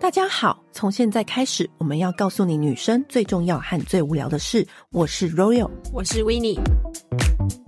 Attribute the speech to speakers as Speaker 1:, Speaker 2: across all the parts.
Speaker 1: 大家好，从现在开始，我们要告诉你女生最重要和最无聊的事。我是 Royal，
Speaker 2: 我是 w i n n i e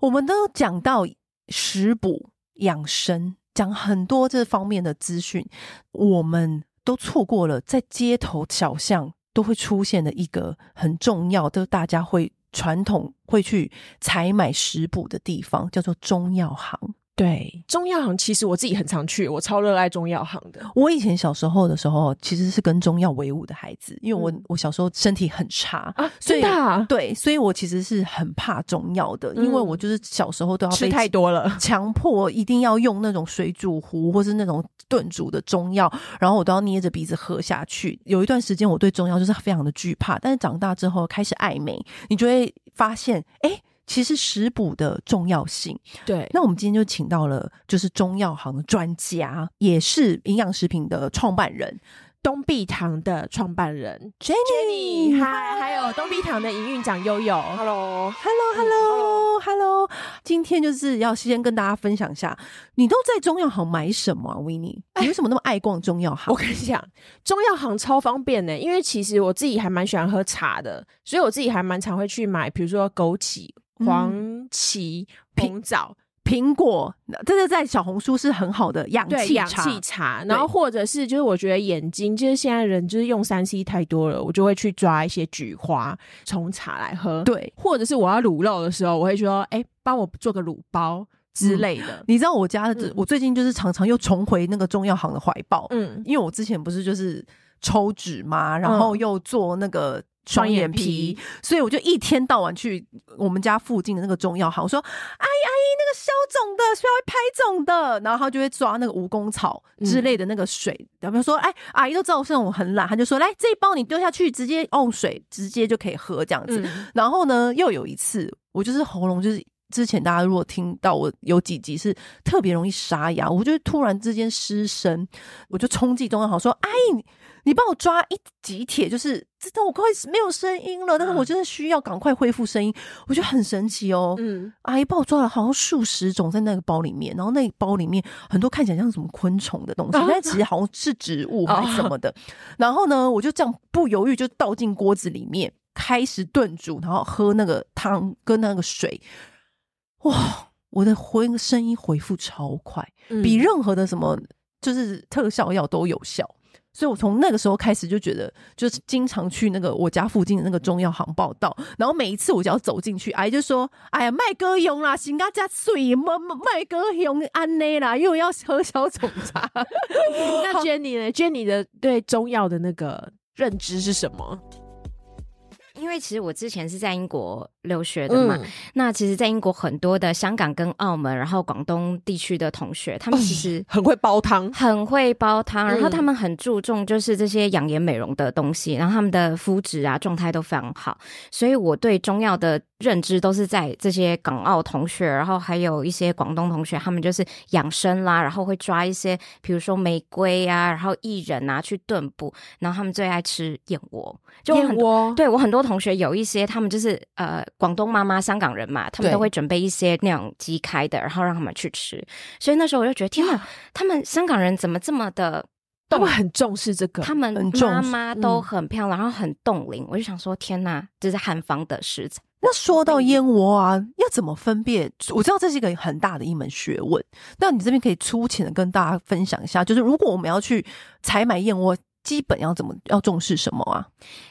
Speaker 1: 我们都讲到食补养生，讲很多这方面的资讯，我们都错过了在街头小巷都会出现的一个很重要，就是大家会传统会去采买食补的地方，叫做中药行。
Speaker 2: 对，中药行其实我自己很常去，我超热爱中药行的。
Speaker 1: 我以前小时候的时候，其实是跟中药为伍的孩子，因为我、我小时候身体很差，
Speaker 2: 啊，
Speaker 1: 所以
Speaker 2: 真的 啊、
Speaker 1: 对，所以我其实是很怕中药的，因为
Speaker 2: 嗯
Speaker 1: 我就是小时候都要
Speaker 2: 吃
Speaker 1: 被
Speaker 2: 太多了。
Speaker 1: 强迫一定要用那种水煮壶或是那种炖煮的中药，然后我都要捏着鼻子喝下去。有一段时间我对中药就是非常的惧怕，但是长大之后开始爱美，你就会发现，哎、其实食补的重要 性。
Speaker 2: 对，
Speaker 1: 那我们今天就请到了，就是中药行的专家，也是营养食品的创办人
Speaker 2: 东碧堂的创办人
Speaker 1: Jenny。
Speaker 2: Jenny，嗨，还有东碧堂的营运长悠悠。
Speaker 3: Hello，
Speaker 2: 嗯
Speaker 1: Hello，Hello，Hello！今天就是要先跟大家分享一下，你都在中药行买什么、啊、？Winnie，你为什么那么爱逛中药行
Speaker 2: 哎我？跟你讲，中药行超方便的、因为其实我自己还蛮喜欢喝茶的，所以我自己还蛮常会去买，比如说枸杞、黄芪、红枣，
Speaker 1: 苹果，那这个在小红书是很好的氧
Speaker 2: 对，
Speaker 1: 气
Speaker 2: 氧
Speaker 1: 茶。
Speaker 2: 气茶，然后或者是就是我觉得眼睛，就是现在人就是用三 C 太多了，我就会去抓一些菊花冲茶来喝，，
Speaker 1: 对，
Speaker 2: 或者是我要卤肉的时候，我会说，哎、帮我做个卤包之类的，
Speaker 1: 你知道我家的，
Speaker 2: 嗯
Speaker 1: 我最近就是常常又重回那个中药行的怀抱，
Speaker 2: 嗯，
Speaker 1: 因为我之前不是就是抽脂嘛，然后
Speaker 2: 嗯
Speaker 1: 又做那个。双眼皮，所以我就一天到晚去我们家附近的那个中药行，我说：“哎阿姨，阿姨，那个消肿的需要拍肿的。”然后他就会抓那个蜈蚣草之类的那个水，然后说：“哎，阿姨都知道我是那种很懒，他就说：‘来，这一包你丢下去，直接用水直接就可以喝这样子。’
Speaker 2: 嗯，
Speaker 1: 然后呢，又有一次，我就是喉咙就是。之前大家如果听到我有几集是特别容易沙哑，我就突然之间失声，我就冲进中央好说：“阿姨，你你帮我抓一集铁，就是知道我快没有声音了，但是我真的需要赶快恢复声音。”我觉得很神奇哦，
Speaker 2: 嗯，
Speaker 1: 阿姨帮我抓了好像数十种在那个包里面，然后那个包里面很多看起来像什么昆虫的东西，
Speaker 2: 啊
Speaker 1: 但其实好像是植物还是什么的。然后呢，我就这样不犹豫就倒进锅子里面，开始炖煮，然后喝那个汤跟那个水。哇，我的回声音回复超快，
Speaker 2: 嗯
Speaker 1: 比任何的什么就是特效药都有效。所以我从那个时候开始就觉得，就是经常去那个我家附近的那个中药行报道，然后每一次我只要走进去，阿姨就说：“哎呀，麦哥用啦，行啊，加水么麦哥用安内啦，又要喝小种茶。
Speaker 2: 那 Jenny 呢？Jenny 的对中药的那个认知是什么？
Speaker 3: 因为其实我之前是在英国留学的
Speaker 2: 嗯
Speaker 3: 嘛，那其实，在英国很多的香港跟澳门，然后广东地区的同学，他们其实
Speaker 2: 很会煲汤，
Speaker 3: 很会煲汤，然
Speaker 2: 哦
Speaker 3: 后
Speaker 2: 嗯
Speaker 3: 他们很注重就是这些养颜美容的东西，然后他们的肤质啊状态都非常好，所以我对中药的认知都是在这些港澳同学，然后还有一些广东同学，他们就是养生啦，然后会抓一些比如说玫瑰啊，然后薏仁啊去炖补，然后他们最爱吃燕窝，就我
Speaker 2: 燕
Speaker 3: 很多
Speaker 2: 窝，
Speaker 3: 对我很多同学有一些，他们就是呃广东妈妈、香港人嘛，他们
Speaker 1: 对
Speaker 3: 都会准备一些那种鸡开的，然后让他们去吃。所以那时候我就觉得，天哪，他们香港人怎么这么的？
Speaker 2: 他们很重视这个，
Speaker 3: 他们
Speaker 1: 很重
Speaker 3: 妈
Speaker 1: 视嗯
Speaker 3: 妈都很漂亮，然后很冻龄。我就想说，天哪，这是汉方的食材。
Speaker 1: 那说到燕窝啊，要怎么分辨？我知道这是一个很大的一门学问。那你这边可以粗浅的跟大家分享一下，就是如果我们要去采买燕窝，基本要怎么要重视什么啊？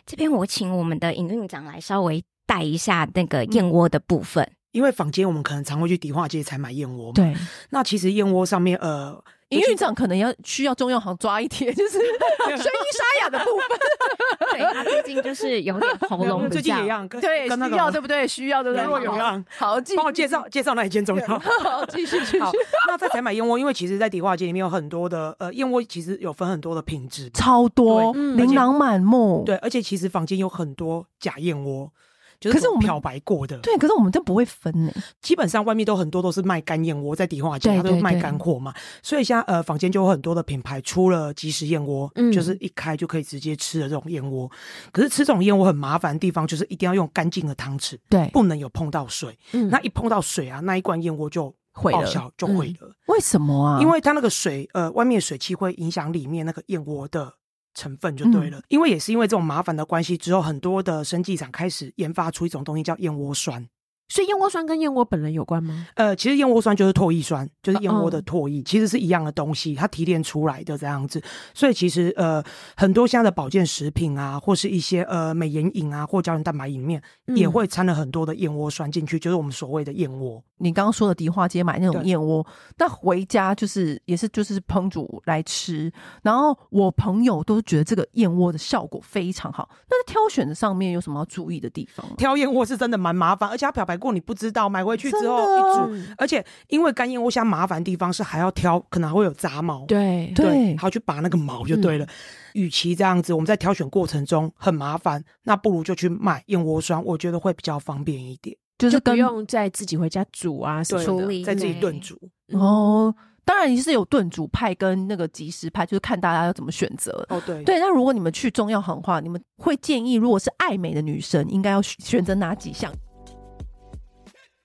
Speaker 3: 这边我请我们的营运长来稍微带一下那个
Speaker 1: 嗯
Speaker 3: 燕窝的部分。
Speaker 4: 因为坊间我们可能常会去迪化街才买燕窝嘛。
Speaker 1: 对，
Speaker 4: 那其实燕窝上面，呃，
Speaker 1: 营运长可能要需要中药行抓一贴，就是
Speaker 4: 啊
Speaker 1: 声音沙哑的部 分，
Speaker 3: 对他最近就是有点喉
Speaker 4: 我
Speaker 3: 咙
Speaker 4: 们
Speaker 3: 比
Speaker 4: 呃最近
Speaker 3: 较
Speaker 4: 也一样，跟
Speaker 1: 对，
Speaker 4: 跟那
Speaker 1: 需
Speaker 4: 个
Speaker 1: 要对不对？需要对不对？
Speaker 4: 若有让
Speaker 1: 好，继续
Speaker 4: 帮我介绍介绍那一间中 药。
Speaker 1: 好，继续继续，
Speaker 4: 好，那在才买燕窝，因为其实，在迪化街里面有很多的呃燕窝，其实有分很多的品质。
Speaker 1: 超多，
Speaker 2: 对嗯
Speaker 1: 琳琅满目，
Speaker 4: 对，而且其实坊间有很多假燕窝，就
Speaker 1: 可是我们
Speaker 4: 漂白过的。
Speaker 1: 对，可是我们真不会分呢，
Speaker 4: 基本上外面都很多都是卖干燕窝，在迪化街
Speaker 1: 对
Speaker 4: 它都
Speaker 1: 对
Speaker 4: 是卖
Speaker 1: 对
Speaker 4: 干货嘛，所以现在呃坊间就有很多的品牌出了即食燕窝，
Speaker 2: 嗯
Speaker 4: 就是一开就可以直接吃的这种燕窝。可是吃这种燕窝很麻烦的地方就是一定要用干净的汤匙，
Speaker 1: 对
Speaker 4: 不能有碰到水。
Speaker 2: 嗯
Speaker 4: 那一碰到水啊，那一罐燕窝就
Speaker 2: 毁
Speaker 4: 爆
Speaker 2: 了
Speaker 4: 销就
Speaker 1: 嗯
Speaker 4: 毁了，
Speaker 1: 为什么啊？
Speaker 4: 因为它那个水呃外面的水汽会影响里面那个燕窝的。成分就
Speaker 1: 嗯
Speaker 4: 对了，因为也是因为这种麻烦的关系，之后很多的生技厂开始研发出一种东西叫燕窝酸。
Speaker 2: 所以燕窝酸跟燕窝本人有关吗？
Speaker 4: 呃，其实燕窝酸就是唾液酸，就是燕窝的
Speaker 2: 嗯
Speaker 4: 唾液，其实是一样的东西，它提炼出来的这样子。所以其实呃，很多现在的保健食品啊，或是一些呃美颜饮啊，或胶原蛋白饮面，也
Speaker 2: 嗯
Speaker 4: 会掺了很多的燕窝酸进去，就是我们所谓的燕窝。
Speaker 1: 你刚刚说的迪化街买那种
Speaker 4: 对
Speaker 1: 燕窝，那回家就是也是就是烹煮来吃。然后我朋友都觉得这个燕窝的效果非常好，那在挑选的上面有什么要注意的地方啊吗？
Speaker 4: 挑燕窝是真的蛮麻烦，而且它漂白过你不知道，买回去之后
Speaker 1: 真的
Speaker 4: 一
Speaker 1: 哦
Speaker 4: 煮，
Speaker 2: 嗯
Speaker 4: 而且因为干燕窝现在麻烦的地方是还要挑，可能还会有杂毛。
Speaker 2: 对
Speaker 1: 对
Speaker 4: 还要去拔那个毛就对了。与其这样子，我们在挑选过程中很麻烦，那不如就去买燕窝酸，我觉得会比较方便一点。
Speaker 1: 就
Speaker 2: 就是不
Speaker 1: 跟
Speaker 2: 用再自己回家煮啊什
Speaker 4: 对
Speaker 2: 么
Speaker 3: 处
Speaker 2: 的。
Speaker 3: 理
Speaker 4: 在自己
Speaker 3: 对
Speaker 4: 炖煮，
Speaker 2: 嗯
Speaker 1: 哦，当然是有炖煮派跟那个即食派，就是看大家要怎么选择。
Speaker 4: 哦对，
Speaker 1: 对，那如果你们去中药行的话，你们会建议如果是爱美的女生，应该要选选择哪几项？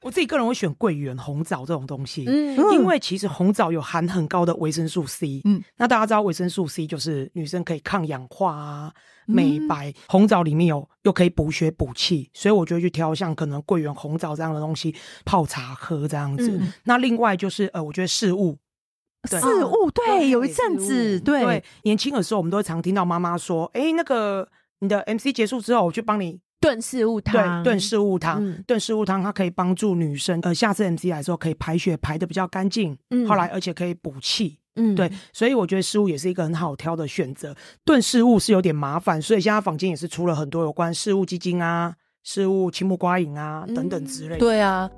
Speaker 4: 我自己个人会选桂圆、红枣这种东西。
Speaker 2: 嗯
Speaker 1: 嗯
Speaker 4: 因为其实红枣有含很高的维生素 C，
Speaker 1: 嗯
Speaker 4: 嗯，那大家知道维生素 C 就是女生可以抗氧化啊、美
Speaker 1: 嗯
Speaker 4: 白，红枣里面有又可以补血补气，所以我就会去挑像可能桂圆、红枣这样的东西泡茶喝这样子。
Speaker 2: 嗯
Speaker 4: 那另外就是呃，我觉得事物，对
Speaker 1: 事物对，
Speaker 4: 哦对
Speaker 1: 有一阵子
Speaker 2: 食物
Speaker 1: 对
Speaker 4: 对，年轻的时候我们都会常听到妈妈说，哎，那个你的 MC 结束之后，我去帮你
Speaker 2: 炖事物汤，
Speaker 4: 对炖事物汤，
Speaker 2: 嗯
Speaker 4: 炖事物汤它可以帮助女生，呃，下次 MC 来的时候可以排血排的比较干净，
Speaker 2: 嗯
Speaker 4: 后来而且可以补气。
Speaker 2: 嗯
Speaker 4: 对，所以我觉得事物也是一个很好挑的选择。炖事物是有点麻烦，所以现在坊间也是出了很多有关事物基金啊、事物青木瓜饮啊等等之类的。
Speaker 1: 对啊，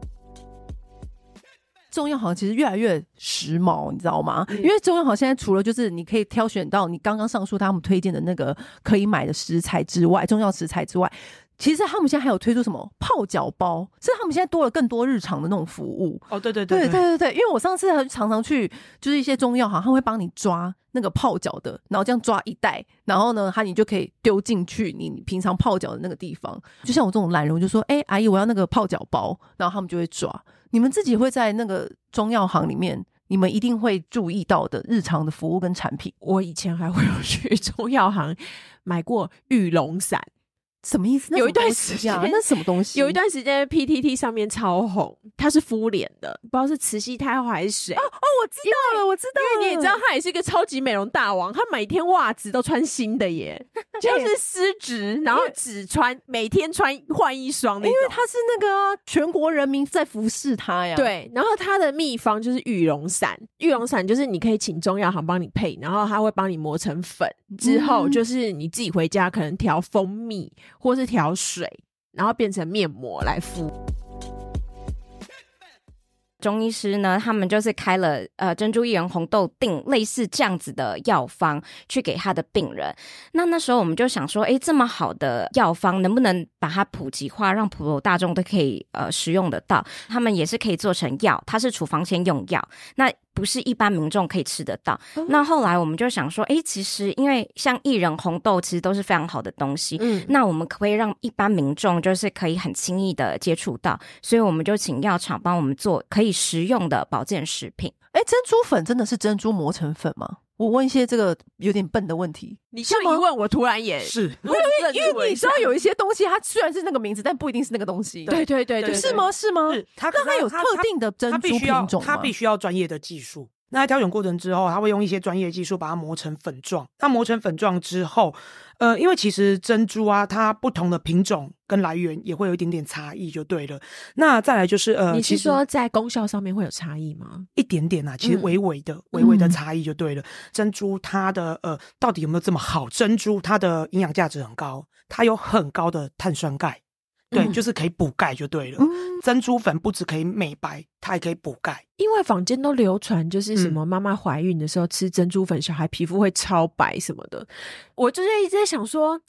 Speaker 1: 中药行其实越来越时髦，你知道吗？因为中药行现在除了就是你可以挑选到你刚刚上述他们推荐的那个可以买的食材之外，中药食材之外。其实他们现在还有推出什么泡脚包，是他们现在多了更多日常的那种服务。
Speaker 4: 哦，对对
Speaker 1: 对
Speaker 4: 对
Speaker 1: 对对对，因为我上次还常常去，就是一些中药行，他会帮你抓那个泡脚的，然后这样抓一袋，然后呢，它你就可以丢进去你你平常泡脚的那个地方。就像我这种懒人，我就说，哎、阿姨，我要那个泡脚包，然后他们就会抓。你们自己会在那个中药行里面，你们一定会注意到的日常的服务跟产品，
Speaker 2: 我以前还会有去中药行买过玉龙散，
Speaker 1: 什么意思？那
Speaker 2: 有
Speaker 1: 什
Speaker 2: 一
Speaker 1: 么
Speaker 2: 段
Speaker 1: 东西
Speaker 2: 时
Speaker 1: 啊
Speaker 2: 间
Speaker 1: 那什么东西？
Speaker 2: 有一段时间 PTT 上面超红，它是敷脸的，不知道是慈禧太后还是谁。
Speaker 1: 哦，我知道了，我知道
Speaker 2: 因
Speaker 1: 了，
Speaker 2: 为你也知道，他也是一个超级美容大王，他每天袜子都穿新的 耶，就是丝质，然后只穿每天穿换一双那
Speaker 1: 因
Speaker 2: 种。
Speaker 1: 为他是那个啊、全国人民在服侍他呀。。
Speaker 2: 对，然后它的秘方就是玉龙散，玉龙散就是你可以请中药行帮你配，然后他会帮你磨成粉，之后
Speaker 1: 嗯
Speaker 2: 就是你自己回家可能调蜂蜜或是调水，然后变成面膜来敷。
Speaker 3: 中医师呢，他们就是开了呃珍珠薏仁红豆定类似这样子的药方去给他的病人。那那时候我们就想说，诶，这么好的药方能不能把它普及化，让普罗大众都可以呃使用得到？他们也是可以做成药，它是处方先用药，那不是一般民众可以吃得到。那后来我们就想说，诶，其实因为像薏仁红豆其实都是非常好的东西，
Speaker 2: 嗯，
Speaker 3: 那我们可不可以让一般民众就是可以很轻易的接触到？所以我们就请药厂帮我们做可以食用的保健食品。
Speaker 1: 哎、珍珠粉真的是珍珠磨成粉吗？我问一些这个有点笨的问题，
Speaker 2: 你这样一问，我突然也
Speaker 4: 是
Speaker 2: 我因为
Speaker 1: 因为你知道有一些东西，它虽然是那个名字，但不一定是那个东西，
Speaker 2: 对对对对
Speaker 4: 对
Speaker 1: 是？吗？是吗？
Speaker 4: 是，它
Speaker 1: 哦那它有
Speaker 4: 它
Speaker 1: 特定的珍
Speaker 4: 它
Speaker 1: 珠
Speaker 4: 必须要
Speaker 1: 品种
Speaker 4: 它
Speaker 1: 吗
Speaker 4: 必须要专业的技术。那在挑选过程之后，它会用一些专业技术把它磨成粉状。那磨成粉状之后，呃，因为其实珍珠啊，它不同的品种跟来源也会有一点点差异，就对了。那再来就是呃，
Speaker 2: 你
Speaker 4: 其
Speaker 2: 是
Speaker 4: 实
Speaker 2: 说在功效上面会有差异吗？
Speaker 4: 一点点啊，其实
Speaker 2: 嗯
Speaker 4: 微微的、微微的
Speaker 1: 嗯
Speaker 4: 差异就对了。珍珠它的呃，到底有没有这么好？珍珠它的营养价值很高，它有很高的碳酸钙，对，
Speaker 2: 嗯
Speaker 4: 就是可以补钙就对了。
Speaker 1: 嗯，
Speaker 4: 珍珠粉不只可以美白，它还可以补钙。
Speaker 2: 因为坊间都流传，就是什
Speaker 4: 嗯
Speaker 2: 么妈妈怀孕的时候吃珍珠粉，小孩皮肤会超白什么的。我就是一直在想说，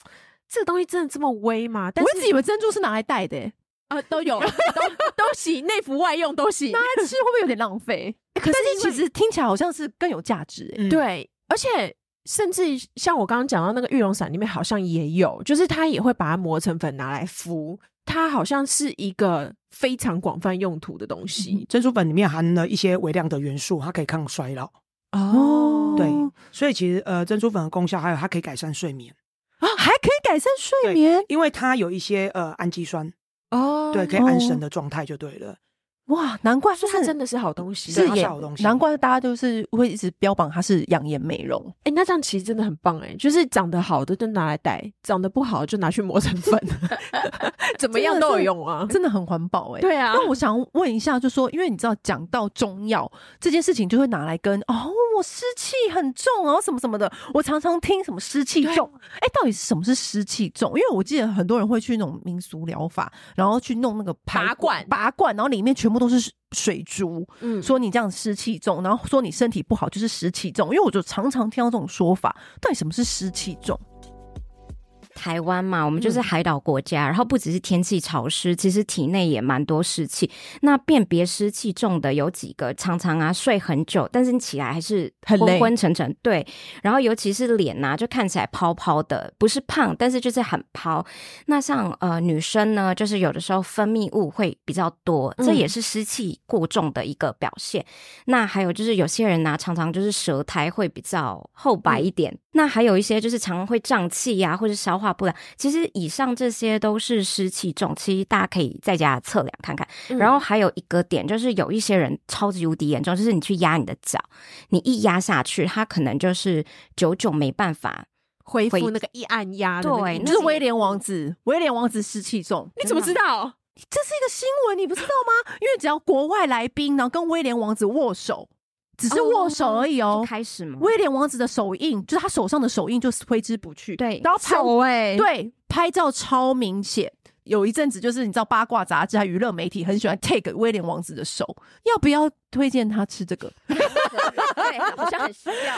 Speaker 2: 这个东西真的这么微吗？但
Speaker 1: 我
Speaker 2: 是
Speaker 1: 一直以为珍珠是拿来戴的、欸，
Speaker 2: 呃都有，都都行，内服外用都行
Speaker 1: 拿。来吃会不会有点浪费？
Speaker 2: 可
Speaker 1: 但是
Speaker 2: 因为
Speaker 1: 其实听起来好像是更有价值、欸，
Speaker 4: 嗯，
Speaker 2: 对，而且甚至像我刚刚讲到那个玉龙散里面好像也有，就是它也会把它磨成粉拿来敷。它好像是一个非常广泛用途的东西
Speaker 4: 珍珠粉里面含了一些微量的元素，它可以抗衰老，
Speaker 1: 哦，
Speaker 4: 对，所以其实呃，珍珠粉的功效还有它可以改善睡眠，
Speaker 1: 啊，还可以改善睡眠
Speaker 4: 因为它有一些呃氨基酸，
Speaker 1: 嗯
Speaker 2: 哦
Speaker 4: 对，可以安神的状态就对了。
Speaker 1: 哇，难怪
Speaker 2: 所
Speaker 1: 就
Speaker 2: 以它
Speaker 1: 是
Speaker 2: 真的是好东西，
Speaker 4: 对
Speaker 1: 是
Speaker 4: 它
Speaker 1: 也
Speaker 4: 好东西
Speaker 1: 难怪大家就是会一直标榜它是养颜美容，
Speaker 2: 哎、那这样其实真的很棒哎、就是长得好的就拿来戴，长得不好就拿去磨 成粉，怎么样都有用啊。
Speaker 1: 真的很环保哎、
Speaker 2: 对啊，
Speaker 1: 那我想问一下，就说，因为你知道讲到中药这件事情，就会拿来跟哦，我湿气很重哦，什么什么的。我常常听什么湿气重，哎，到底是什么是湿气重？因为我记得很多人会去那种民俗疗法，然后去弄那个排
Speaker 2: 拔
Speaker 1: 骨
Speaker 2: 罐
Speaker 1: 拔罐，然后里面全部都是水珠，
Speaker 2: 嗯，
Speaker 1: 说你这样湿气重，然后说你身体不好就是湿气重。因为我就常常听到这种说法，到底什么是湿气重？
Speaker 3: 台湾嘛，我们就是
Speaker 2: 嗯
Speaker 3: 海岛国家，然后不只是天气潮湿，其实体内也蛮多湿气。那辨别湿气重的有几个，常常啊睡很久，但是你起来还是
Speaker 1: 很累
Speaker 3: 昏昏沉沉，对。然后尤其是脸呐、就看起来泡泡的，不是胖，但是就是很泡。那像呃女生呢，就是有的时候分泌物会比较多，这
Speaker 2: 嗯
Speaker 3: 也是湿气过重的一个表现。那还有就是有些人呢、常常就是舌苔会比较厚白一点。那还有一些就是常常会胀气呀、或者消化不良。其实以上这些都是湿气重，其实大家可以在家测量看看。
Speaker 2: 嗯
Speaker 1: 嗯
Speaker 3: 然后还有一个点就是有一些人超级无敌严重，就是你去压你的脚，你一压下去，他可能就是久久没办法。
Speaker 2: 恢
Speaker 3: 回
Speaker 2: 复那个一按压的那个
Speaker 3: 对
Speaker 2: 印
Speaker 1: 就
Speaker 3: 那
Speaker 2: 记
Speaker 1: 是威廉王子，威廉王子湿气重，
Speaker 2: 你怎么知道？
Speaker 1: 这是一个新闻，你不知道吗？因为只要国外来宾，然后跟威廉王子握手，只是握手而已
Speaker 3: 就
Speaker 1: 哦。
Speaker 3: 开始吗？
Speaker 1: 威廉王子的手印，就是他手上的手印，就挥之不去。
Speaker 3: 对，
Speaker 1: 然后拍
Speaker 3: 手哎、
Speaker 1: 对拍照超明显。有一阵子，就是你知道八卦杂志还有娱乐媒体很喜欢 take 威廉王子的手，要不要推荐他吃这个？
Speaker 3: 对，好像很需要。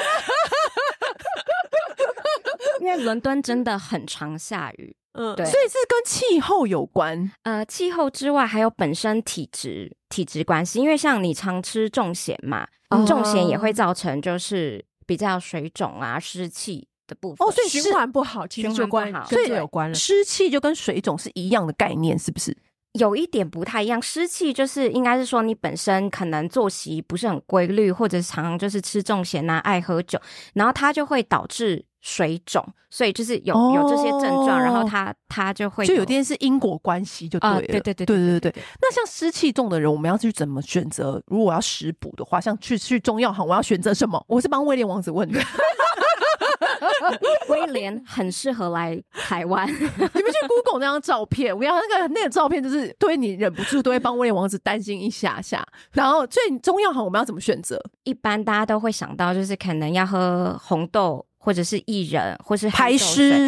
Speaker 3: 因为伦敦真的很常下雨，
Speaker 2: 嗯，
Speaker 3: 对
Speaker 1: 所以是跟气候有关
Speaker 3: 呃，气候之外，还有本身体质体质关系，因为像你常吃重咸嘛，重咸也会造成就是比较水肿啊、湿气的部分。
Speaker 1: 哦，所以湿
Speaker 2: 循环不好，其实就
Speaker 3: 循环
Speaker 2: 关
Speaker 3: 不好
Speaker 2: 跟
Speaker 1: 所
Speaker 2: 这
Speaker 1: 以
Speaker 2: 有关了。
Speaker 1: 湿气就跟水肿是一样的概念，是不是？
Speaker 3: 有一点不太一样，湿气就是应该是说你本身可能作息不是很规律，或者常常就是吃重咸啊、爱喝酒，然后它就会导致水肿，所以就是有、有这些症状，然后
Speaker 1: 哦
Speaker 3: 它它就会
Speaker 1: 就有
Speaker 3: 有
Speaker 1: 点是因果关系，就对了。
Speaker 3: 啊对对
Speaker 1: 对
Speaker 3: 对对
Speaker 1: 对
Speaker 3: 对
Speaker 1: 对
Speaker 3: 对
Speaker 1: 那像湿气重的人，我们要去怎么选择？如果我要食补的话，像去去中药行，我要选择什么？我是帮威廉王子问的， 你
Speaker 3: 威廉很适合来台湾。
Speaker 1: 们去 Google 那张照片，我跟你讲，那个那个照片就是对你忍不住都会帮威廉王子担心一下下。然后，所以你中药行我们要怎么选择？
Speaker 3: 一般大家都会想到，就是可能要喝红豆，或者是薏仁，或是
Speaker 1: 排
Speaker 3: 黑豆水、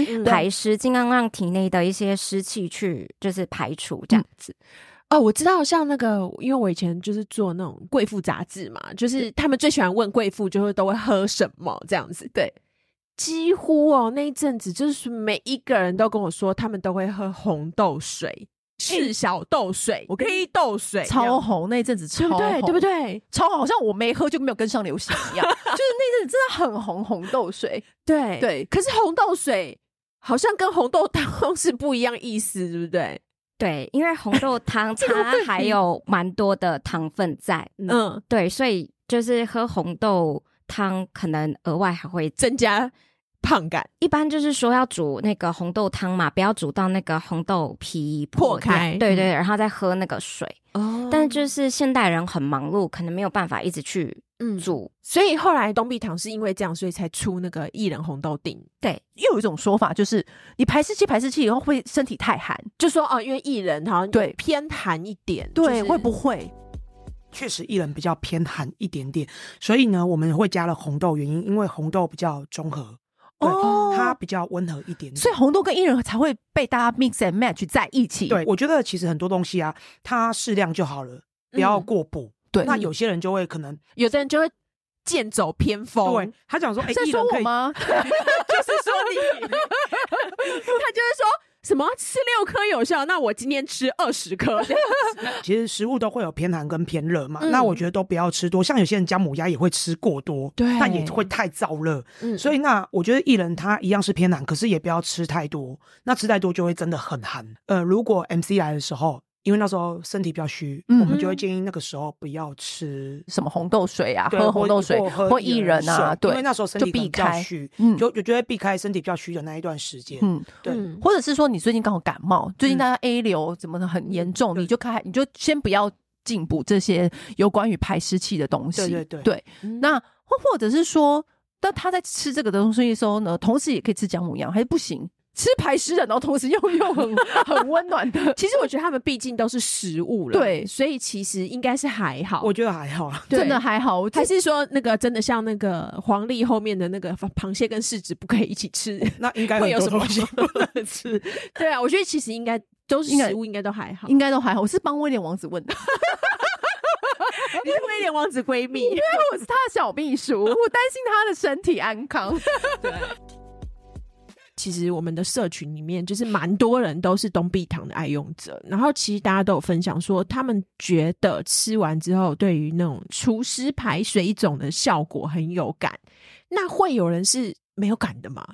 Speaker 1: 湿
Speaker 2: 嗯
Speaker 3: 排湿，尽量让体内的一些湿气去就是排除这样子。
Speaker 2: 哦，我知道，像那个，因为我以前就是做那种贵妇杂志嘛，就是他们最喜欢问贵妇，就会都会喝什么这样子。
Speaker 1: 对，
Speaker 2: 几乎哦那一阵子，就是每一个人都跟我说，他们都会喝红豆水、赤小豆水、
Speaker 1: 我跟你
Speaker 2: 黑豆水这样，
Speaker 1: 超红那一阵子
Speaker 2: 对
Speaker 1: 超
Speaker 2: 不
Speaker 1: 红，
Speaker 2: 对？对不？对？
Speaker 1: 超红好像我没喝就没有跟上流行一样， 就是那阵子真的很红红豆水。
Speaker 2: 对
Speaker 1: 对
Speaker 2: 可是红豆水好像跟红豆汤 是不一样意思，对不对？
Speaker 3: 对，因为红 豆汤
Speaker 1: 这个会
Speaker 3: 它还有蛮多的糖分在，嗯，
Speaker 2: 嗯，
Speaker 3: 对，所以就是喝红豆汤可能额外还会
Speaker 2: 增加胖感，
Speaker 3: 一般就是说要煮那个红豆汤嘛，不要煮到那个红豆皮
Speaker 2: 破
Speaker 3: 掉
Speaker 2: 开
Speaker 3: 对
Speaker 2: 嗯
Speaker 3: 对，然后再喝那个水。
Speaker 2: 哦
Speaker 3: 但就是现代人很忙碌，可能没有办法一直去
Speaker 2: 嗯
Speaker 3: 煮。
Speaker 2: 所以后来东壁堂是因为这样，所以才出那个薏仁红豆丁，
Speaker 3: 对，
Speaker 1: 又有一种说法就是，你排湿气排湿气以后会身体太寒，
Speaker 2: 就说哦，因为薏仁好像
Speaker 1: 对
Speaker 2: 偏寒一点，
Speaker 1: 对，
Speaker 2: 就是
Speaker 1: 会不会？
Speaker 4: 确实，薏仁比较偏寒一点点，所以呢，我们会加了红豆，原因因为红豆比较中和，对
Speaker 1: 哦
Speaker 4: 它比较温和一点点。
Speaker 1: 所以红豆跟薏仁才会被大家 mix and match 在一起。
Speaker 4: 对，我觉得其实很多东西啊，它适量就好了，不要过补。
Speaker 1: 嗯对，
Speaker 4: 那有些人就会可能，
Speaker 2: 有的人就会剑走偏锋，
Speaker 4: 对他讲说，哎、
Speaker 1: 在
Speaker 4: 薏
Speaker 1: 说
Speaker 4: 仁
Speaker 1: 我
Speaker 4: 可以
Speaker 1: 吗？
Speaker 2: 就是说你，他就会说。什么吃六颗有效？那我今天吃二十颗，
Speaker 4: 其实食物都会有偏寒跟偏热嘛，
Speaker 2: 嗯
Speaker 4: 那我觉得都不要吃多。像有些人姜母鸭也会吃过多，
Speaker 2: 对
Speaker 4: 但也会太燥热。
Speaker 2: 嗯
Speaker 4: 所以那我觉得艺人他一样是偏寒，可是也不要吃太多。那吃太多就会真的很寒。呃，如果 MC 来的时候，因为那时候身体比较虚，
Speaker 1: 嗯
Speaker 4: 我们就会建议那个时候不要吃。
Speaker 1: 什么红豆水啊，
Speaker 4: 对
Speaker 1: 喝
Speaker 4: 或
Speaker 1: 红豆水
Speaker 4: 或喝
Speaker 1: 或
Speaker 4: 薏
Speaker 1: 薏
Speaker 4: 仁
Speaker 1: 仁啊，
Speaker 4: 水
Speaker 1: 对，
Speaker 4: 因为那时候身
Speaker 1: 就
Speaker 4: 体可能
Speaker 1: 避
Speaker 4: 比较
Speaker 1: 开
Speaker 4: 虚，
Speaker 1: 嗯
Speaker 4: 就就就会避开身体比较虚的那一段时间。
Speaker 1: 嗯，
Speaker 4: 对，
Speaker 2: 嗯
Speaker 1: 或者是说你最近刚好感冒，最近
Speaker 4: 嗯
Speaker 1: 大家 A 流怎么的很严重，
Speaker 4: 对
Speaker 1: 你就开你就先不要进补这些有关于排湿气的东西。
Speaker 4: 对对对
Speaker 1: 那或或者是说，当他在吃这个东西的时候呢，同时也可以吃姜母鸭，还是不行。吃排湿 的，然后同时又又很很温暖 的，
Speaker 2: 其实我觉得他们毕竟都是食物了，
Speaker 1: 对
Speaker 2: 所以其实应该是还好。
Speaker 4: 我觉得还好啦。
Speaker 2: 对
Speaker 1: 真的还好。我
Speaker 2: 还是说那个真的像那个黄历后面的那个螃蟹跟柿子不可以一起吃，
Speaker 4: 那应该
Speaker 2: 会
Speaker 4: 很
Speaker 2: 有
Speaker 4: 多
Speaker 2: 什么
Speaker 4: 东西
Speaker 2: 不能吃？ 对啊，我觉得其实应该都是
Speaker 1: 应该
Speaker 2: 食物，应该都还好。
Speaker 1: 应该都还好，我是帮威廉王子问的，
Speaker 2: 你是威廉王子闺蜜，
Speaker 1: 因为我是他的小秘书，我担心他的身体安 康。
Speaker 2: 其实我们的社群里面，就是蛮多人都是东碧堂的爱用者，然后其实大家都有分享说，他们觉得吃完之后，对于那种除湿排水肿的效果很有感。那会有人是没有感的吗？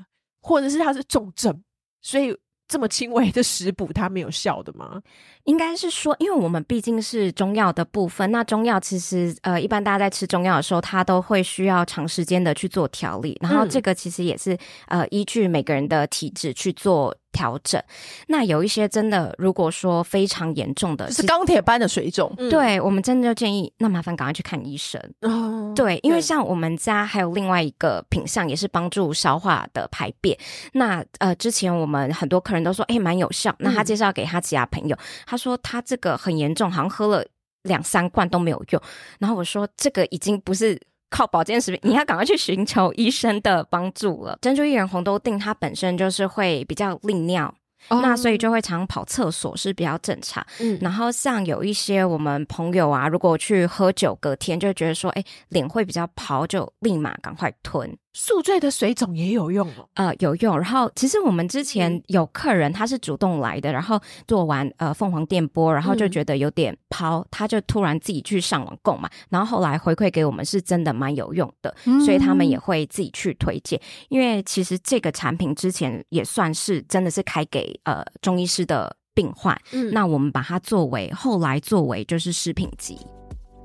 Speaker 2: 或者是他是重症，所以这么轻微的食补他没有效的吗？
Speaker 3: 应该是说，因为我们毕竟是中药的部分，那中药其实呃，一般大家在吃中药的时候，它都会需要长时间的去做调理，然后
Speaker 2: 嗯
Speaker 3: 这个其实也是呃，依据每个人的体质去做调整。那有一些真的，如果说非常严重的，
Speaker 1: 就
Speaker 3: 其
Speaker 1: 是
Speaker 3: 实
Speaker 1: 钢铁般的水肿，
Speaker 2: 嗯，
Speaker 3: 对我们真的就建议，那麻烦赶快去看医生。
Speaker 2: 哦，
Speaker 3: 对，因为
Speaker 4: 对
Speaker 3: 像我们家还有另外一个品相也是帮助消化的排便。那呃，之前我们很多客人都说，哎、蛮有效。那他介绍给他其他朋友，他说他这个很严重，好像喝了两三罐都没有用。然后我说，这个已经不是。靠保健食品，你要赶快去寻求医生的帮助了。珍珠薏仁红豆定，它本身就是会比较利尿，
Speaker 2: 哦
Speaker 3: 那所以就会常跑厕所是比较正常。
Speaker 2: 嗯
Speaker 3: 然后像有一些我们朋友啊，如果去喝酒，隔天就觉得说，哎，脸会比较泡，就立马赶快吞。
Speaker 2: 宿醉的水肿也有用哦。
Speaker 3: 呃，有用。然后其实我们之
Speaker 2: 嗯
Speaker 3: 前有客人他是主动来的，然后做完呃凤凰电波，然后就
Speaker 2: 嗯
Speaker 3: 觉得有点抛，他就突然自己去上网购买，然后后来回馈给我们是真的蛮有用的，
Speaker 2: 嗯
Speaker 3: 所以他们也会自己去推荐。因为其实这个产品之前也算是真的是开给呃中医师的病患，
Speaker 2: 嗯
Speaker 3: 那我们把它作为后来作为就是食品级。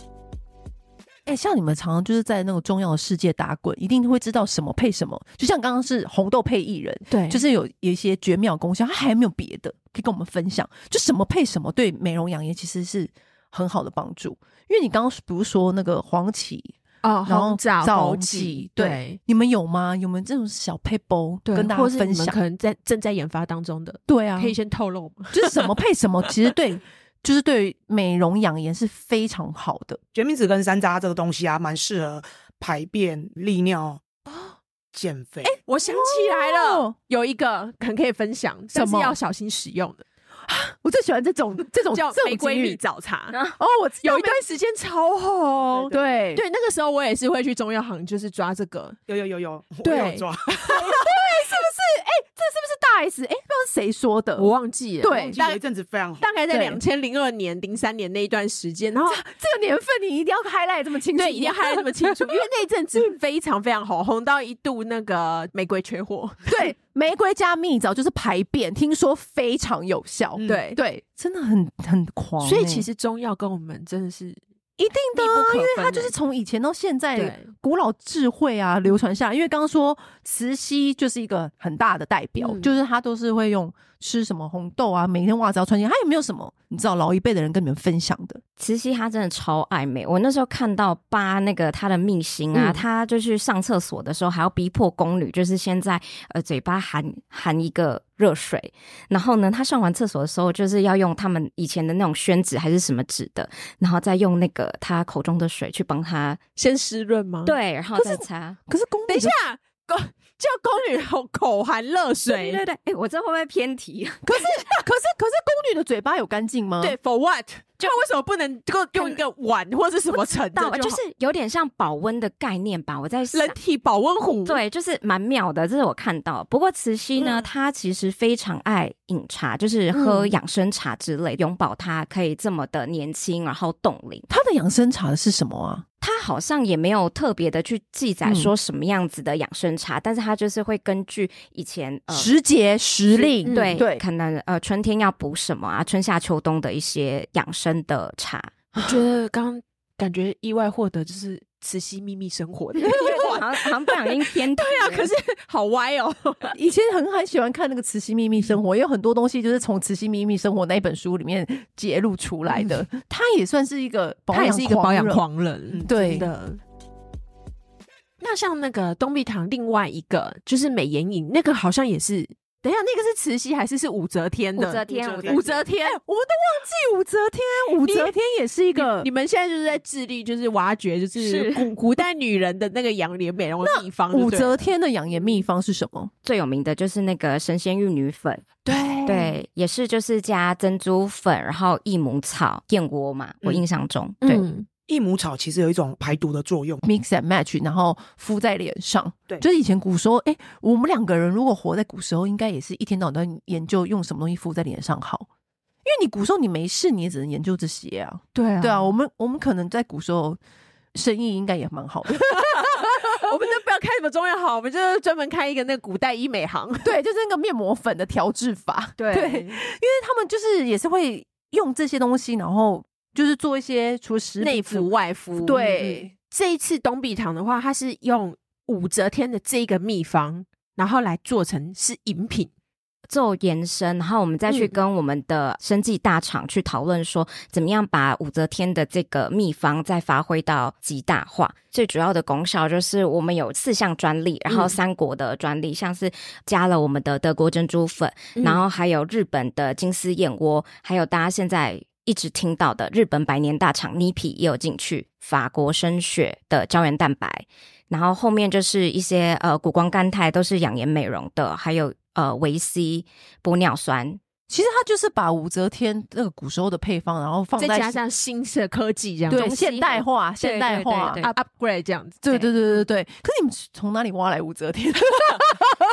Speaker 1: 哎、像你们常常就是在那个中药的世界打滚，一定会知道什么配什么。就像刚刚是红豆配薏仁，
Speaker 2: 对，
Speaker 1: 就是有有一些绝妙功效，它还有没有别的可以跟我们分享？就什么配什么，对美容养颜其实是很好的帮助。因为你刚刚不是说那个黄芪，
Speaker 2: 哦，
Speaker 1: 然后
Speaker 2: 红枣、枸
Speaker 1: 杞
Speaker 2: 杞，，
Speaker 1: 对，你们有吗？有没有这种小配包
Speaker 2: 对，
Speaker 1: 跟大家
Speaker 2: 或是
Speaker 1: 分
Speaker 2: 你们
Speaker 1: 享？
Speaker 2: 可能在正在研发当中的，
Speaker 1: 对啊，
Speaker 2: 可以先透露吗？
Speaker 1: 就是什么配什么，其实对， 就是对美容养颜是非常好的。
Speaker 4: 决明子跟山楂这个东西啊，蛮适合排便、利尿、减肥。
Speaker 2: 我想起来了，
Speaker 1: 哦
Speaker 2: 有一个可能可以分享，
Speaker 1: 什
Speaker 2: 但是
Speaker 1: 么
Speaker 2: 要小心使用的，
Speaker 1: 我最喜欢这 种这种
Speaker 2: 叫
Speaker 1: 这种
Speaker 2: 玫瑰
Speaker 1: 金
Speaker 2: 蜜
Speaker 1: 玉
Speaker 2: 早茶。
Speaker 1: 哦，我
Speaker 2: 有一段时间超红，
Speaker 1: 对
Speaker 2: 啊对，那个时候我也是会去中药行，就是抓这个。
Speaker 4: 有有有有，我
Speaker 2: 对
Speaker 4: 有抓。
Speaker 1: 这是不是大 S？哎、不知道是谁说的，
Speaker 2: 我忘记了，
Speaker 1: 对
Speaker 4: 忘记
Speaker 2: 大
Speaker 4: 有一阵子非常红，
Speaker 2: 大概在
Speaker 1: 对
Speaker 2: 两千零二年、零三年那一段时间，然后
Speaker 1: 这个年份你一定要 highlight 这么清楚，
Speaker 2: 对，一定要还这么清楚，因为那一阵子非常非常红，红到一度那个玫瑰缺货。
Speaker 1: 对。玫瑰加蜜枣就是排便，听说非常有效。
Speaker 4: 嗯
Speaker 2: 对
Speaker 1: 对，真的很很狂欸、
Speaker 2: 所以其实中药跟我们真的是
Speaker 1: 一定的啊
Speaker 2: 密不可，
Speaker 1: 因为
Speaker 2: 分
Speaker 1: 它就是
Speaker 2: 欸
Speaker 1: 从以前到现在
Speaker 2: 对嗯
Speaker 1: 古老智慧啊流传下来。因为刚刚说慈禧就是一个很大的代表，
Speaker 2: 嗯
Speaker 1: 就是她都是会用吃什么红豆啊，每天袜子要穿进。她有没有什么你知道老一辈的人跟你们分享的？
Speaker 3: 慈禧她真的超爱美，我那时候看到扒那个她的秘辛啊，
Speaker 1: 嗯
Speaker 3: 她就去上厕所的时候还要逼迫宫女，就是先在呃嘴巴含含一个热水，然后呢，她上完厕所的时候就是要用他们以前的那种宣纸还是什么纸的，然后再用那个她口中的水去帮她
Speaker 2: 先湿润吗？，
Speaker 3: 对，然后再擦。
Speaker 1: 可是宫
Speaker 2: 等一
Speaker 1: 女
Speaker 2: 下，宫叫宫女口 口含热水，
Speaker 3: 对，哎、我这会不会偏题？
Speaker 1: 可是可是可是宫女的嘴巴有干净吗？
Speaker 2: 对，for what？就为什么不能够用一个碗或者什么盛
Speaker 3: 到
Speaker 2: 着就
Speaker 3: 就
Speaker 2: 好
Speaker 3: 是有点像保温的概念吧。我在想
Speaker 2: 人体保温壶？，
Speaker 3: 对，就是蛮妙的，这是我看到。不过慈禧呢，
Speaker 2: 嗯
Speaker 3: 她其实非常爱饮茶，就是喝养生茶之类，永葆她可以这么的年轻，然后冻龄。
Speaker 1: 它的养生茶是什么啊？
Speaker 3: 她好像也没有特别的去记载
Speaker 1: 嗯
Speaker 3: 说什么样子的养生茶，但是她就是会根据以前呃。
Speaker 1: 时节时令，
Speaker 2: 嗯
Speaker 3: 对
Speaker 1: 对
Speaker 3: 可能呃，春天要补什么啊？春夏秋冬的一些养生的茶，
Speaker 2: 我觉得刚感觉意外获得就是慈禧秘密生活的
Speaker 3: 好像好像不小心偏题
Speaker 2: 对啊，
Speaker 3: 了
Speaker 2: 可是 好歪哦。
Speaker 1: 以前很很喜欢看那个《慈禧秘密生活》，也有很多东西就是从《慈禧秘密生活》那一本书里面揭露出来的。他也算是一个保
Speaker 2: 他嗯也
Speaker 1: 养，
Speaker 2: 是一个保养。狂人，嗯
Speaker 1: 对
Speaker 2: 真的。那像那个东碧堂另外一个就是美颜影，那个好像也是，等一下那个是慈禧还是是武则天
Speaker 3: 武
Speaker 2: 的？
Speaker 3: 则天，武
Speaker 4: 武则天
Speaker 2: 武则天，
Speaker 1: 我们都忘记武则天，武则天也是一 个
Speaker 2: 你们现在就是在致力就是挖掘就是
Speaker 3: 是
Speaker 2: 古古代女人的那个养脸美容的地方。
Speaker 1: 武
Speaker 2: 对不
Speaker 1: 则天的养颜秘方是什么？
Speaker 3: 最有名的就是那个神仙玉女粉，
Speaker 2: 对
Speaker 3: 对，也是就是加珍珠粉，然后益母草、燕窝嘛，我印象中，
Speaker 2: 对
Speaker 3: 对、
Speaker 2: 嗯
Speaker 4: 益母草其实有一种排毒的作用，
Speaker 1: mix and match，然后敷在脸上。
Speaker 4: 对
Speaker 1: 就是以前古时候，哎、我们两个人如果活在古时候，应该也是一天到晚都在研究用什么东西敷在脸上好。因为你古时候你没事，你也只能研究这些啊。
Speaker 2: 对啊
Speaker 1: 对啊，我们我们可能在古时候生意应该也蛮好的。
Speaker 2: 我们就不要开什么中药好，我们就专门开一个那个古代医美行。
Speaker 1: 对，就是那个面膜粉的调制 法。因为
Speaker 2: 对，
Speaker 1: 他们就是也是会用这些东西，然后就是做一些除了食
Speaker 2: 内
Speaker 1: 品之
Speaker 2: 服外敷。
Speaker 1: 对
Speaker 2: 嗯嗯这一次东碧堂的话，它是用武则天的这个秘方，然后来做成是饮品。
Speaker 3: 做延伸，然后我们再去
Speaker 2: 嗯
Speaker 3: 跟我们的生技大厂去讨论说，怎么样把武则天的这个秘方再发挥到极大化。最主要的功效就是我们有四项专利，然后
Speaker 2: 嗯
Speaker 3: 三国的专利，像是加了我们的德国珍珠粉，
Speaker 2: 嗯
Speaker 3: 然后还有日本的金丝燕窝，还有大家现在一直听到的日本百年大厂 Nipi 也有进去，法国生雪的胶原蛋白，然后后面就是一些呃谷胱甘肽都是养颜美容的，还有呃维 C 玻尿酸，
Speaker 1: 其实他就是把武则天那个古时候的配方，然后放
Speaker 2: 再
Speaker 1: 在
Speaker 2: 加上新式科技这样
Speaker 1: 对
Speaker 3: 中西
Speaker 1: 现代化，
Speaker 3: 对
Speaker 1: 现代化。
Speaker 3: 对
Speaker 1: 啊
Speaker 2: up upgrade 这样子。
Speaker 1: 对对对对对，可是你们从哪里挖来武则 天？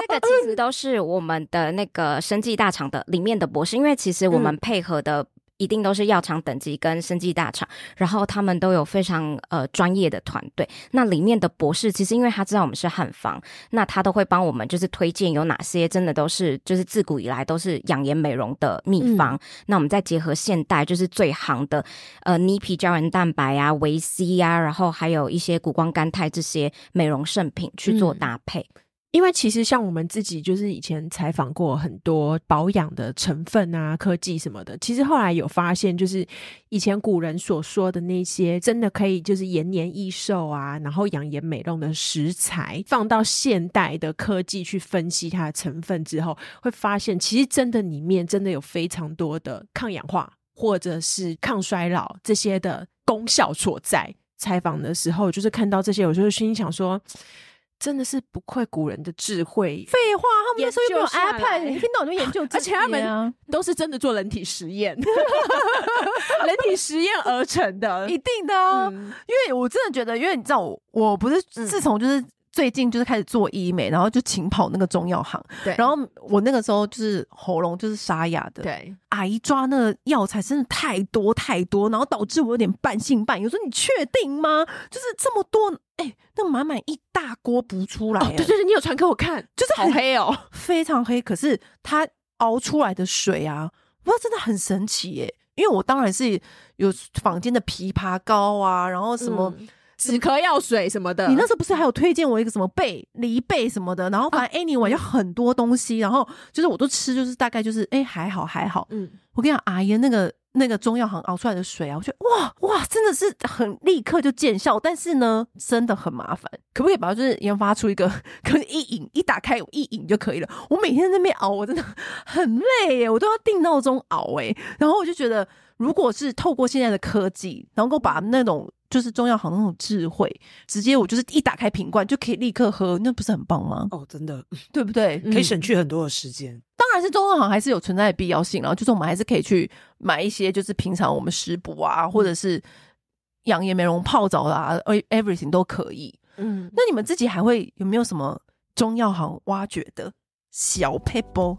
Speaker 3: 这个其实都是我们的那个生技大厂的里面的博士，因为其实我们配合的一定都是药厂等级跟生技大厂，然后他们都有非常呃专业的团队。那里面的博士其实因为他知道我们是汉方，那他都会帮我们就是推荐有哪些真的都是就是自古以来都是养颜美容的秘方。那我们再结合现代就是最行的呃 NIPI 胶原蛋白啊、维 C 啊，然后还有一些谷胱甘肽这些美容圣品去做
Speaker 2: 嗯
Speaker 3: 搭配。
Speaker 2: 因为其实像我们自己就是以前采访过很多保养的成分啊、科技什么的，其实后来有发现，就是以前古人所说的那些真的可以就是延年益寿啊，然后养颜美容的食材，放到现代的科技去分析它的成分之后，会发现其实真的里面真的有非常多的抗氧化或者是抗衰老这些的功效所在。采访的时候，就是看到这些，我就心想说，真的是不愧古人的智慧，
Speaker 1: 废话，他们那时候又没有
Speaker 2: 研究下来
Speaker 1: iPad，你听到你就研究这
Speaker 2: 而且
Speaker 1: 些啊，
Speaker 2: 他们都是真的做人体实验， 人体实验而成的。
Speaker 1: 一定的啊，
Speaker 2: 嗯
Speaker 1: 因为我真的觉得，因为你知道我，我不是自从就是最近就是开始做医美，然后就勤跑那个中药行，
Speaker 2: 对
Speaker 1: 然后我那个时候就是喉咙就是沙哑的，，
Speaker 2: 对，
Speaker 1: 阿姨抓那个药材真的太多太多，然后导致我有点半信半疑，我说你确定吗？就是这么多，哎、那满满一大锅不出来、
Speaker 2: 哦，对对对，你有传给我看，
Speaker 1: 就是
Speaker 2: 好
Speaker 1: 很
Speaker 2: 黑哦。
Speaker 1: 非常黑，可是它熬出来的水啊，我真的很神奇耶、因为我当然是有坊间的枇杷膏啊，然后什么、
Speaker 2: 嗯啊止咳药水什么的，
Speaker 1: 你那时候不是还有推荐我一个什么贝梨贝什么的，然后
Speaker 2: 啊
Speaker 1: 反正 anyway
Speaker 2: 嗯
Speaker 1: 有很多东西，然后就是我都吃，就是大概就是哎、还好还好。
Speaker 2: 嗯，
Speaker 1: 我跟你讲，阿姨那个那个中药行熬出来的水啊，我觉得哇哇真的是很立刻就见效，但是呢真的很麻烦。可不可以把它就是研发出一个，可能一饮一打开我一饮就可以了？我每天在那边熬，我真的很累耶，我都要定闹钟熬哎。然后我就觉得，如果是透过现在的科技，能够把那种就是中药行那种智慧，直接我就是一打开瓶罐就可以立刻喝，那不是很棒吗？
Speaker 4: 哦，真的
Speaker 1: 对不对？
Speaker 2: 嗯
Speaker 4: 可以省去很多的时间。
Speaker 1: 当然是中药行还是有存在的必要性啦，就是我们还是可以去买一些，就是平常我们食补啊，或者是养颜美容泡澡啦、e v e r y t h i n g 都可以。
Speaker 2: 嗯，
Speaker 1: 那你们自己还会有没有什么中药行挖掘的小 paper？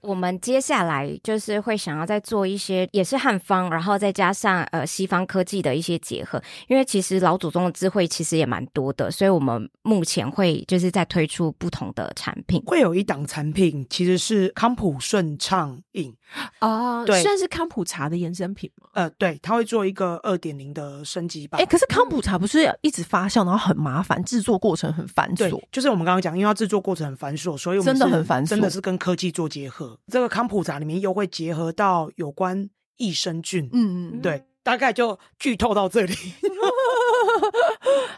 Speaker 3: 我们接下来就是会想要再做一些，也是汉方，然后再加上呃西方科技的一些结合，因为其实老祖宗的智慧其实也蛮多的，所以我们目前会就是在推出不同的产品。
Speaker 4: 会有一档产品其实是康普顺畅饮，
Speaker 2: 哦，
Speaker 4: 对
Speaker 2: 算是康普茶的衍生品嘛。
Speaker 4: 呃，对，它会做一个二点零的升级版。
Speaker 1: 哎、可是康普茶不是一直发酵，然后很麻烦，制作过程很繁
Speaker 4: 对
Speaker 1: 琐。，
Speaker 4: 就是我们刚刚讲，因为它制作过程很繁琐，所以我们
Speaker 1: 真的
Speaker 4: 是
Speaker 1: 很繁琐
Speaker 4: 真的是跟科技做结合。这个康普茶里面又会结合到有关益生菌，
Speaker 1: 嗯，嗯，
Speaker 4: 对，大概就剧透到这里。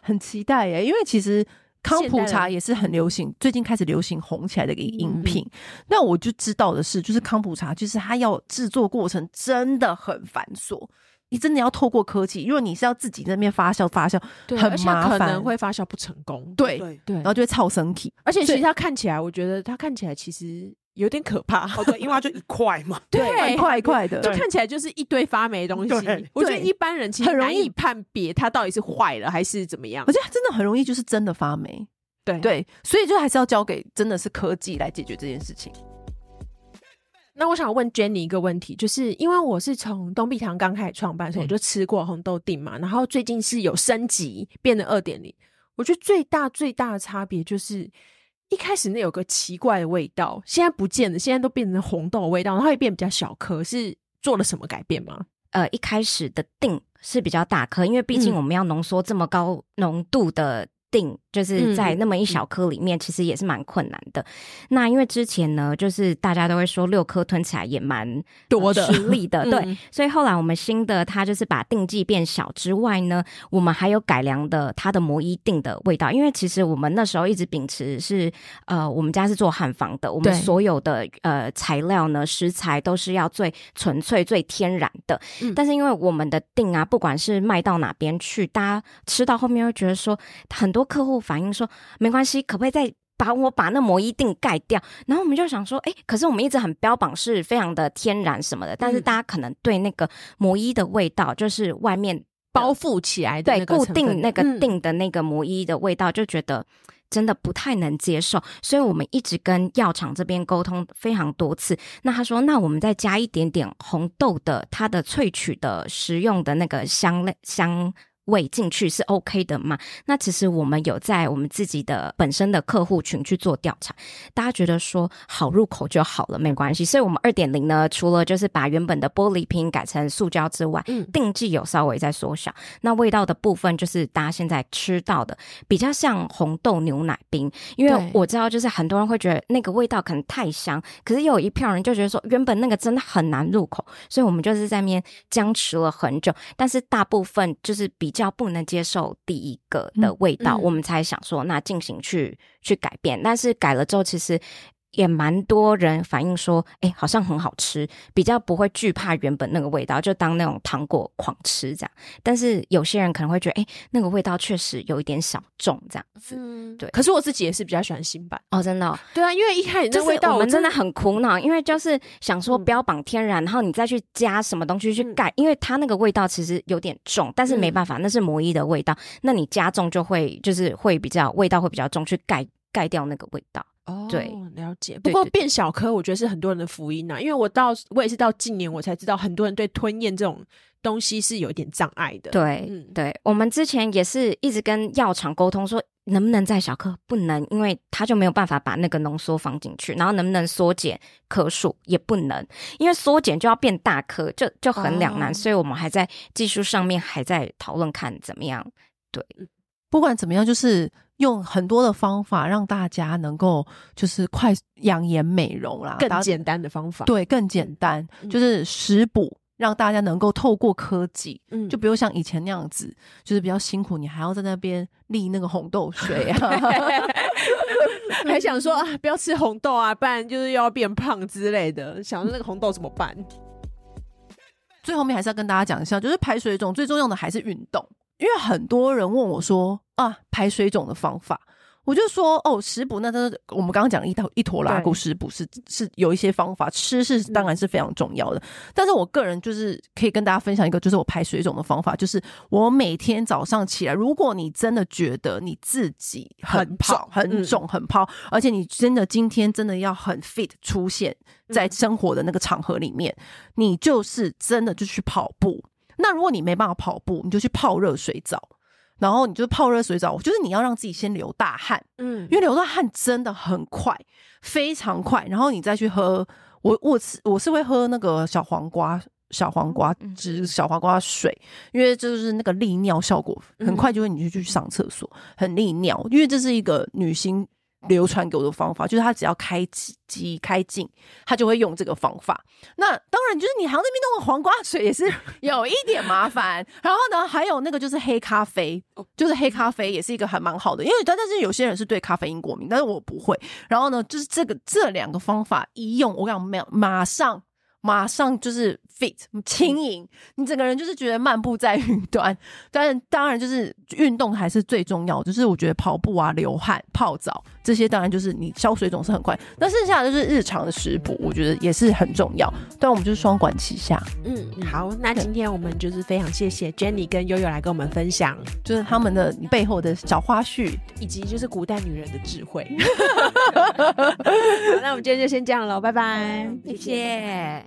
Speaker 1: 很期待耶，因为其实康普
Speaker 2: 现代嗯
Speaker 1: 茶
Speaker 2: 人
Speaker 1: 也是很流行，最近开始流行红起来的一个饮品。那我就知道的是，就是康普茶，就是它要制作过程真的很繁琐，你真的要透过科技，如果你是要自己在那边发酵发酵，
Speaker 2: 对，
Speaker 1: 很
Speaker 2: 而且
Speaker 1: 麻
Speaker 2: 可
Speaker 1: 烦
Speaker 2: 能会发酵不成功。
Speaker 1: 对，
Speaker 4: 对，
Speaker 2: 对
Speaker 1: 然，后就会超生气。
Speaker 2: 而且其
Speaker 1: 所
Speaker 2: 实
Speaker 1: 以
Speaker 2: 它看起来，我觉得它看起来其实有点可怕。
Speaker 4: 哦对，因为它就一块嘛，
Speaker 1: 一块一块的，
Speaker 2: 就
Speaker 4: 对
Speaker 2: 看起来就是一堆发霉的东西
Speaker 4: 对。
Speaker 2: 我觉得
Speaker 1: 对
Speaker 2: 一般人其实
Speaker 1: 很容
Speaker 2: 难
Speaker 1: 易
Speaker 2: 以判别它到底是坏了还是怎么样
Speaker 1: 而。且它真的很容易就是真的发霉。
Speaker 2: 对对。
Speaker 1: 对，所以就还是要交给真的是科技来解决这件事情。
Speaker 2: 那我想问 Jenny 一个问题，就是因为我是从东碧堂刚开始创办的时候，我就吃过红豆定嘛，然后最近是有升级，变得二点零。我觉得最大最大的差别就是，一开始那有个奇怪的味道，现在不见了，现在都变成红豆的味道，然后也变比较小颗，是做了什么改变吗？
Speaker 3: 呃，一开始的定是比较大颗，因为毕竟
Speaker 2: 嗯
Speaker 3: 我们要浓缩这么高浓度的定，就是在那么一小颗里面，其实也是蛮困难的。那因为之前呢，就是大家都会说六颗吞起来也蛮
Speaker 2: 多的
Speaker 3: 呃吃力的，对。
Speaker 2: 嗯
Speaker 3: 所以后来我们新的它就是把定剂变小之外呢，我们还有改良的它的魔衣定的味道，因为其实我们那时候一直秉持是呃，我们家是做汉方的，我们
Speaker 2: 对
Speaker 3: 所有的呃材料呢食材都是要最纯粹、最天然的。
Speaker 2: 嗯
Speaker 3: 但是因为我们的定啊，不管是卖到哪边去，大家吃到后面会觉得说，很多客户反映说，没关系，可不可以再把我把那膜衣定盖掉？然后我们就想说，哎，可是我们一直很标榜是非常的天然什么的，但是
Speaker 2: 嗯
Speaker 3: 大家可能对那个膜衣的味道，就是外面
Speaker 2: 包覆起来的
Speaker 3: 对
Speaker 2: 那个
Speaker 3: 固
Speaker 2: 成
Speaker 3: 定
Speaker 2: 分
Speaker 3: 那个
Speaker 2: 嗯
Speaker 3: 定的那个膜衣的味道，就觉得。真的不太能接受，所以我们一直跟药厂这边沟通非常多次。那他说，那我们再加一点点红豆的它的萃取的食用的那个香类香味进去是 OK 的吗？那其实我们有在我们自己的本身的客户群去做调查，大家觉得说好入口就好了，没关系。所以我们二点零呢，除了就是把原本的玻璃瓶改成塑胶之外，
Speaker 2: 嗯
Speaker 3: 定剂有稍微在缩小。那味道的部分就是大家现在吃到的，比较像红豆牛奶冰，因
Speaker 2: 对
Speaker 3: 为我知道就是很多人会觉得那个味道可能太香，可是又有一票人就觉得说原本那个真的很难入口，所以我们就是在面僵持了很久。但是大部分就是比较不能接受第一个的味道，
Speaker 2: 嗯嗯
Speaker 3: 我们才想说那进行去去改变。但是改了之后，其实。也蛮多人反映说，哎、好像很好吃，比较不会惧怕原本那个味道，就当那种糖果狂吃这样。但是有些人可能会觉得，哎、那个味道确实有一点小重这样子。
Speaker 2: 嗯
Speaker 3: 对
Speaker 2: 可是我自己也是比较喜欢新版，
Speaker 3: 哦，真的哦、
Speaker 2: 对啊，因为一开始
Speaker 3: 就
Speaker 2: 那
Speaker 3: 是
Speaker 2: 味道
Speaker 3: 我们真
Speaker 2: 真
Speaker 3: 的很苦恼，因为就是想说
Speaker 2: 嗯
Speaker 3: 标榜天然，然后你再去加什么东西去盖，因为它那个味道其实有点重，但是没办法，那是魔衣的味道，那你加重就会就是会比较味道会比较重，去盖盖掉那个味道。
Speaker 2: 哦，
Speaker 3: 对，
Speaker 2: 了解。不
Speaker 3: 对
Speaker 2: 过
Speaker 3: 对对
Speaker 2: 变小颗，我觉得是很多人的福音呐、啊因为我到我也是到近年我才知道，很多人对吞咽这种东西是有一点障碍的。，
Speaker 3: 对，
Speaker 2: 嗯
Speaker 3: 对我们之前也是一直跟药厂沟通说。能不能再小颗？不能，因为它就没有办法把那个浓缩放进去。然后能不能缩减颗数？也不能，因为缩减就要变大颗，就就很两难。
Speaker 2: 哦
Speaker 3: 所以我们还在技术上面还在讨论看怎么样。
Speaker 1: 不管怎么样，就是用很多的方法让大家能够就是快养颜美容啦，
Speaker 2: 更
Speaker 1: 达
Speaker 2: 简单的方法。，
Speaker 1: 对更简单，
Speaker 2: 嗯
Speaker 1: 就是食补。让大家能够透过科技，
Speaker 2: 嗯
Speaker 1: 就不用像以前那样子，就是比较辛苦，你还要在那边沥那个红豆水 啊。
Speaker 2: 还想说啊，不要吃红豆啊，不然就是又要变胖之类的。想说那个红豆怎么办？
Speaker 1: 最后面还是要跟大家讲一下，就是排水肿最重要的还是运动，因为很多人问我说啊，排水肿的方法。我就说哦，食补那都是我们刚刚讲的一头一坨拉骨，
Speaker 2: 对
Speaker 1: 食补是是有一些方法，吃是当然是非常重要的。但是我个人就是可以跟大家分享一个，就是我排水肿的方法，就是我每天早上起来，如果你真的觉得你自己很
Speaker 2: 很
Speaker 1: 胖、
Speaker 2: 重
Speaker 1: 很
Speaker 2: 嗯
Speaker 1: 肿、很胖，而且你真的今天真的要很 fit 出现在生活的那个场合里面，你就是真的就去跑步。那如果你没办法跑步，你就去泡热水澡。然后你就泡热水澡，就是你要让自己先流大汗，
Speaker 2: 嗯
Speaker 1: 因为流大汗真的很快，非常快。然后你再去喝，我我是我是会喝那个小黄瓜小黄瓜
Speaker 3: 嗯
Speaker 1: 汁、小黄瓜水，因为就是那个利尿效果，很快就会你就去上厕所，很利尿。因为这是一个女星流传给我的方法，就是她只要开机开镜，她就会用这个方法。那当然就是你还要那边弄个黄瓜水也是 有一点麻烦。然后呢，还有那个就是黑咖啡，就是黑咖啡也是一个还蛮好的，因为但但是有些人是对咖啡因过敏，但是我不会。然后呢，就是这个这两个方法一用，我讲没有马上。马上就是 fit 轻盈，你整个人就是觉得漫步在云端。 但是当然就是运动还是最重要，就是我觉得跑步啊、流汗、泡澡这些，当然就是你消水肿是很快。那剩下的就是日常的食补，我觉得也是很重要。但我们就是双管齐下，
Speaker 2: 嗯，好，那今天我们就是非常谢谢 Jenny 跟悠悠来跟我们分享，
Speaker 1: 就是他们的背后的小花絮。
Speaker 2: 以及就是古代女人的智慧。 好，那我们今天就先这样喽，拜拜，
Speaker 3: 谢谢。